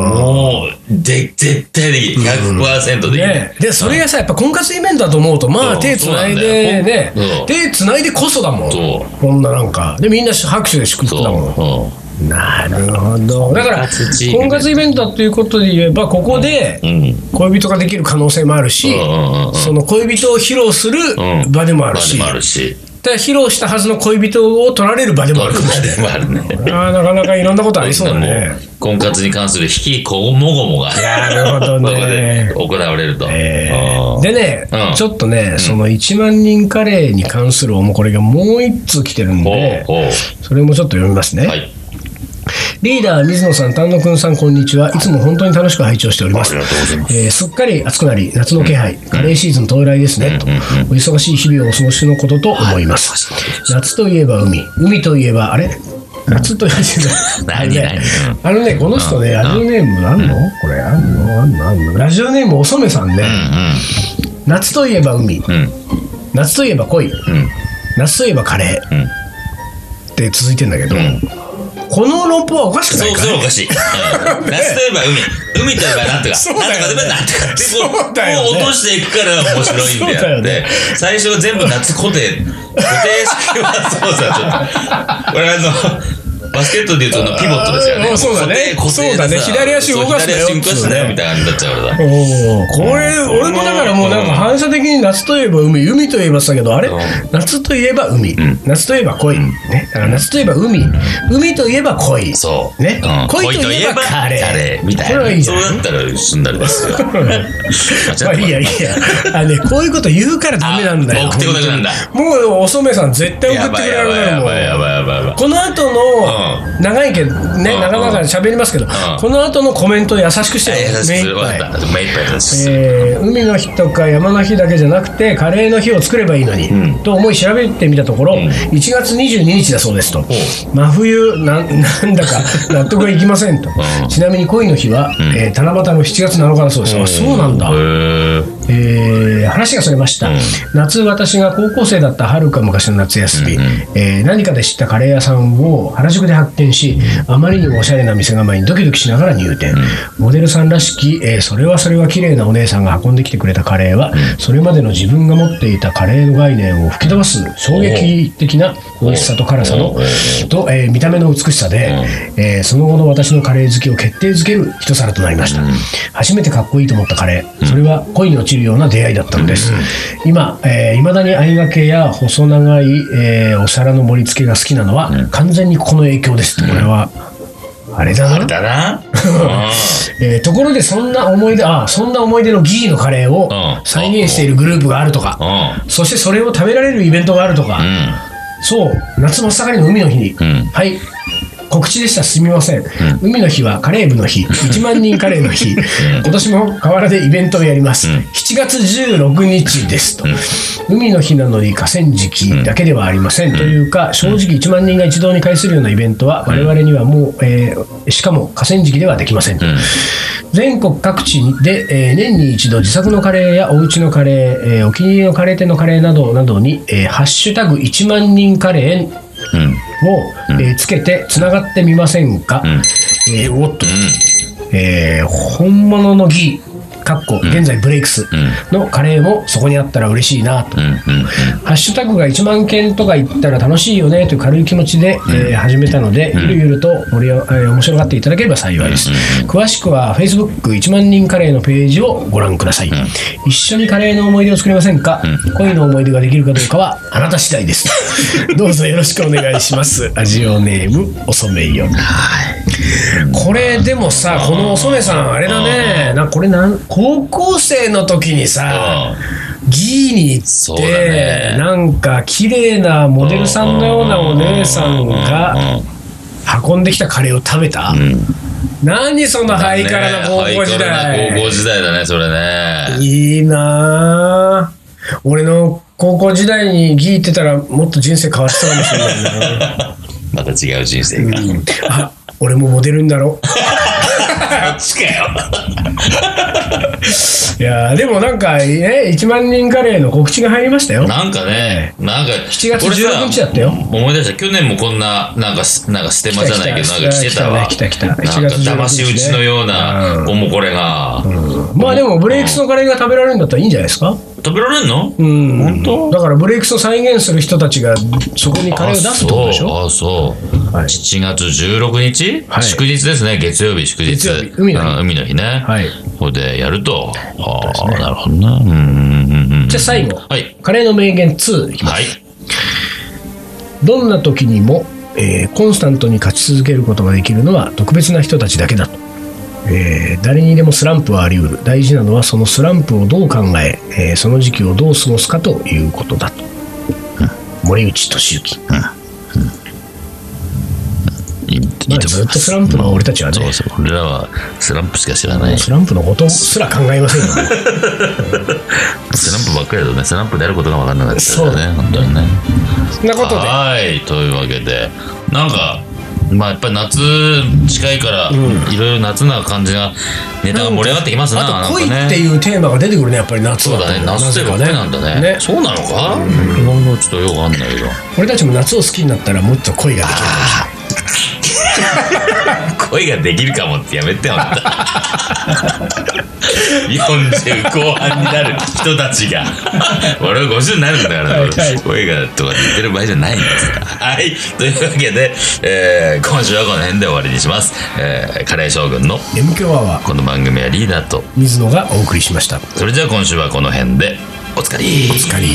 [SPEAKER 2] もう、で、絶対できない。100%できない。
[SPEAKER 1] ね、でそれがさやっぱ婚活イベントだと思うとま
[SPEAKER 2] そ
[SPEAKER 1] あ
[SPEAKER 2] う
[SPEAKER 1] 手つないでね
[SPEAKER 2] そうなんだよそう
[SPEAKER 1] 手つないでこそだもん
[SPEAKER 2] そ
[SPEAKER 1] こんななんかでみんな拍手で祝福だもん
[SPEAKER 2] そ
[SPEAKER 1] なるほどだから
[SPEAKER 2] 婚活チーム
[SPEAKER 1] 婚活イベントだということで言えばここで
[SPEAKER 2] う。うん。
[SPEAKER 1] 恋人ができる可能性もあるし
[SPEAKER 2] うんうんうん
[SPEAKER 1] その恋人を披露する
[SPEAKER 2] うん
[SPEAKER 1] 場でもあ
[SPEAKER 2] ま
[SPEAKER 1] るし
[SPEAKER 2] あるし。
[SPEAKER 1] で披露したはずの恋人を取られる場でもあるかもしれない
[SPEAKER 2] まあるね。
[SPEAKER 1] あーなかなかいろんなことありそうだね
[SPEAKER 2] もう婚活に関する引きこもごもが。
[SPEAKER 1] なるほど
[SPEAKER 2] ここで
[SPEAKER 1] ね
[SPEAKER 2] 行われると。
[SPEAKER 1] え
[SPEAKER 2] う
[SPEAKER 1] ー
[SPEAKER 2] ん
[SPEAKER 1] でね、
[SPEAKER 2] うん
[SPEAKER 1] ちょっとね、その1万人カレーに関するおもこれがもう1通来てるん
[SPEAKER 2] ほう
[SPEAKER 1] で、
[SPEAKER 2] ほ
[SPEAKER 1] それもちょっと読みますね。
[SPEAKER 2] う。はい。
[SPEAKER 1] リーダー、水野さん、丹野くんさん、こんにちは。いつも本当に楽しく拝聴しております。
[SPEAKER 2] ありがとうございま
[SPEAKER 1] えーすっかり暑くなり、夏の気配、カレーシーズン到来ですね、と。お忙しい日々をお過ごしのことと思います。夏といえば海、海といえば、あれ夏といえば、
[SPEAKER 2] 何何うん
[SPEAKER 1] あのね、この人ね、ラジオネームあんのこれ、あんのあんのあんのラジオネームおそめさんね、夏といえば海、
[SPEAKER 2] うんうん。
[SPEAKER 1] 夏といえば恋、
[SPEAKER 2] うん。
[SPEAKER 1] 夏といえばカレー、
[SPEAKER 2] うん
[SPEAKER 1] って続いてんだけど、
[SPEAKER 2] うん
[SPEAKER 1] この論法はおかしくな
[SPEAKER 2] そ、
[SPEAKER 1] いうか
[SPEAKER 2] それおかしい。うん夏といえば海。海といえばなんとか。
[SPEAKER 1] そう
[SPEAKER 2] なん
[SPEAKER 1] だ
[SPEAKER 2] とか
[SPEAKER 1] よ
[SPEAKER 2] と
[SPEAKER 1] ね
[SPEAKER 2] いえばなんとか。でこ
[SPEAKER 1] そうだよね
[SPEAKER 2] こう落としていくから面白いん
[SPEAKER 1] そうだ
[SPEAKER 2] だよ。
[SPEAKER 1] よ
[SPEAKER 2] で
[SPEAKER 1] ね、
[SPEAKER 2] 最初は全部夏固定。固定式はそうさ、ちょっと。これあの、バスケットでいうとあのピボットですよ
[SPEAKER 1] う
[SPEAKER 2] ね。
[SPEAKER 1] んそうだね
[SPEAKER 2] 固定
[SPEAKER 1] そうだね
[SPEAKER 2] 固定でさ
[SPEAKER 1] 左足動かすなよ
[SPEAKER 2] そう左足動かすなよみたいな感じになっちゃうからさ。
[SPEAKER 1] おーこれ、
[SPEAKER 2] うん
[SPEAKER 1] 俺もだからもうなんか反射的に夏といえば海海といえばさけどあれ、
[SPEAKER 2] うん
[SPEAKER 1] 夏といえば海、夏といえば恋、ね、だから夏といえば海、海といえば恋
[SPEAKER 2] そう。
[SPEAKER 1] ね
[SPEAKER 2] うん
[SPEAKER 1] 恋といえばカレー
[SPEAKER 2] みたい
[SPEAKER 1] これはいい
[SPEAKER 2] な。
[SPEAKER 1] じ
[SPEAKER 2] そ
[SPEAKER 1] ゃ
[SPEAKER 2] う
[SPEAKER 1] ない
[SPEAKER 2] だったら済んだりですよ。
[SPEAKER 1] まあいいやいいやあのねこういうこと言うからダメなんだよ
[SPEAKER 2] あ送ってこなくなるんだ
[SPEAKER 1] もうお染さん絶対送っ
[SPEAKER 2] や
[SPEAKER 1] て
[SPEAKER 2] ば
[SPEAKER 1] く
[SPEAKER 2] い
[SPEAKER 1] れ
[SPEAKER 2] やばい
[SPEAKER 1] な
[SPEAKER 2] や
[SPEAKER 1] いも
[SPEAKER 2] ばいやば
[SPEAKER 1] ん
[SPEAKER 2] いやばいやばい。
[SPEAKER 1] この後の長いけどね
[SPEAKER 2] うん
[SPEAKER 1] 長々喋りますけど
[SPEAKER 2] ん
[SPEAKER 1] この後のコメント優しくしてよ目い
[SPEAKER 2] 目いっ
[SPEAKER 1] っ
[SPEAKER 2] ぱ
[SPEAKER 1] ぱ
[SPEAKER 2] い
[SPEAKER 1] い
[SPEAKER 2] だ。目いっぱいです。
[SPEAKER 1] えー海の日とか山の日だけじゃなくてカレーの日を作ればいいのに、
[SPEAKER 2] ん
[SPEAKER 1] と思い調べてみたところ、1月22日だそうですと真冬なん なんだか納得がいきませんと、ちなみに恋の日は、えー七夕の7月7日だそうです、あそうなんだ、
[SPEAKER 2] へー
[SPEAKER 1] えー話がそれました、
[SPEAKER 2] うん
[SPEAKER 1] 夏私が高校生だったはるか昔の夏休み、
[SPEAKER 2] うんうん
[SPEAKER 1] えー何かで知ったカレー屋さんを原宿で発見し、あまりにもおしゃれな店構えにドキドキしながら入店、モデルさんらしき、えーそれはそれは綺麗なお姉さんが運んできてくれたカレーは、それまでの自分が持っていたカレーの概念を吹き飛ばす衝撃的な美味しさと辛さの
[SPEAKER 2] おー
[SPEAKER 1] と、えー見た目の美しさで、えーその後の私のカレー好きを決定づける一皿となりました、初めてかっこいいと思ったカレーそれは恋に落ちるような出会いだったのです、今いま、えー未だに相掛けや細長い、えーお皿の盛り付けが好きなのは、完全にこの影響ですこれは、あれだ
[SPEAKER 2] あ
[SPEAKER 1] な
[SPEAKER 2] れだな。う
[SPEAKER 1] えーところでそんな思い出あそんな思い出のギーのカレーを
[SPEAKER 2] うん
[SPEAKER 1] 再現しているグループがあるとか、
[SPEAKER 2] ん。うん。
[SPEAKER 1] そしてそれを食べられるイベントがあるとか、
[SPEAKER 2] う
[SPEAKER 1] そう夏真っ盛りの海の日に、
[SPEAKER 2] ん。うん。
[SPEAKER 1] はい。告知でした。すみません。海の日はカレー部 の日。1万人カレーの日。今年も河原でイベントをやります。
[SPEAKER 2] うん
[SPEAKER 1] 7月16日ですと。海の日なのに河川敷だけではありません。というか、正直1万人が一堂に会するようなイベントは、我々にはもう、えーしかも河川敷ではできませんと。
[SPEAKER 2] うん
[SPEAKER 1] 全国各地で、えー年に一度自作のカレーやおうちのカレー、えーお気に入りのカレー店のカレーなどなどに、えーハッシュタグ1万人カレー
[SPEAKER 2] うん。
[SPEAKER 1] を、えーつけてつながってみませんか、
[SPEAKER 2] ん
[SPEAKER 1] えーおっと、えー本物のギーかっこ現在ブレイクスのカレーもそこにあったら嬉しいなと、
[SPEAKER 2] うん。うん。
[SPEAKER 1] ハッシュタグが1万件とか言ったら楽しいよねという軽い気持ちで、えー始めたので、ゆるゆると盛りあ、えー面白がっていただければ幸いです。詳しくは Facebook1 万人カレーのページをご覧ください。一緒にカレーの思い出を作りませんか、恋の思い出ができるかどうかはあなた次第 です。どうぞよろしくお願いします。ラジオネーム、おそめよ。これでもさ、このおそめさん、あれだね、なこれなん高校生の時にさ、ギーに行って、
[SPEAKER 2] そうだね
[SPEAKER 1] なんか綺麗なモデルさんのようなお姉さんが
[SPEAKER 2] う
[SPEAKER 1] 運んできたカレーを食べた、
[SPEAKER 2] んうん。
[SPEAKER 1] 何そのハイカラな高校時
[SPEAKER 2] ハイカラな高
[SPEAKER 1] 代
[SPEAKER 2] 校時代だね、それね。
[SPEAKER 1] いいなぁ俺の高校時代にギーってたらもっと人生変わってたかもしれないな
[SPEAKER 2] また違う人生が。
[SPEAKER 1] うんあ俺もモデルになろ
[SPEAKER 2] あっちかよ。
[SPEAKER 1] ういやーでもなんか、ね、1万人カレーの告知が入りましたよ
[SPEAKER 2] なんかね、なんか、7
[SPEAKER 1] 7月16日だったよ
[SPEAKER 2] 思い出した。去年もこんな、なんかす、なんかステマじゃないけど、
[SPEAKER 1] 来た
[SPEAKER 2] な
[SPEAKER 1] 来
[SPEAKER 2] ん
[SPEAKER 1] た
[SPEAKER 2] か来てたわ。
[SPEAKER 1] 来た来た来た
[SPEAKER 2] なん
[SPEAKER 1] 7
[SPEAKER 2] か、
[SPEAKER 1] 月16日ね
[SPEAKER 2] 騙し討ちのような、おもこれが。
[SPEAKER 1] まあでもブレイクスのカレーが食べられるんだったらいいんじゃないですか
[SPEAKER 2] 食べられんの
[SPEAKER 1] うん
[SPEAKER 2] 本当
[SPEAKER 1] だからブレイクスを再現する人たちがそこにカレーを出すってことでしょ
[SPEAKER 2] あ、そう。あそう
[SPEAKER 1] はい
[SPEAKER 2] 7月16日、
[SPEAKER 1] はい
[SPEAKER 2] 祝日ですね。月曜日、祝日。
[SPEAKER 1] 月曜日海の日
[SPEAKER 2] うん海の日ね。
[SPEAKER 1] はい
[SPEAKER 2] ここでやると。ああ、なるほどな。うんうんうんうん。
[SPEAKER 1] じゃあ最後、
[SPEAKER 2] はい。
[SPEAKER 1] カレーの名言2いきます
[SPEAKER 2] はい。
[SPEAKER 1] どんな時にも、えーコンスタントに勝ち続けることができるのは特別な人たちだけだと、えー誰にでもスランプはあり得る大事なのはそのスランプをどう考ええーその時期をどう過ごすかということだと、森内俊之
[SPEAKER 2] いいいいと思います
[SPEAKER 1] ずっとスランプの俺たちはね
[SPEAKER 2] そうそう。俺らはスランプしか知らない。
[SPEAKER 1] スランプのことすら考えませんよね
[SPEAKER 2] スランプばっかりだとね、スランプであることが分かんなかったですよね、本当にね。
[SPEAKER 1] そんなことで
[SPEAKER 2] はい、というわけで、なんか、まあやっぱり夏近いから、いろいろ夏な感じが、ネタが盛り上がってきますな、
[SPEAKER 1] あ
[SPEAKER 2] なん
[SPEAKER 1] と
[SPEAKER 2] か
[SPEAKER 1] 恋
[SPEAKER 2] ね
[SPEAKER 1] っていうテーマが出てくるねやっぱり夏
[SPEAKER 2] そ
[SPEAKER 1] は
[SPEAKER 2] うだね、夏といえば恋なんだね。
[SPEAKER 1] ね
[SPEAKER 2] そうなのか、うん、ちょっとよくわかんないけど。
[SPEAKER 1] 俺たちも夏を好きになったらもっと恋ができる
[SPEAKER 2] 恋ができるかもってやめてよ、あんた 40後半になる人たちが俺は50になるんだから、
[SPEAKER 1] はいはい
[SPEAKER 2] 声がとか言ってる場合じゃないんですからはいというわけで、えー今週はこの辺で終わりにします、えーカレー将軍の
[SPEAKER 1] M 強アワー
[SPEAKER 2] この番組はリーダーと
[SPEAKER 1] 水野がお送りしました
[SPEAKER 2] それじゃあ今週はこの辺でおつかり
[SPEAKER 1] お疲れ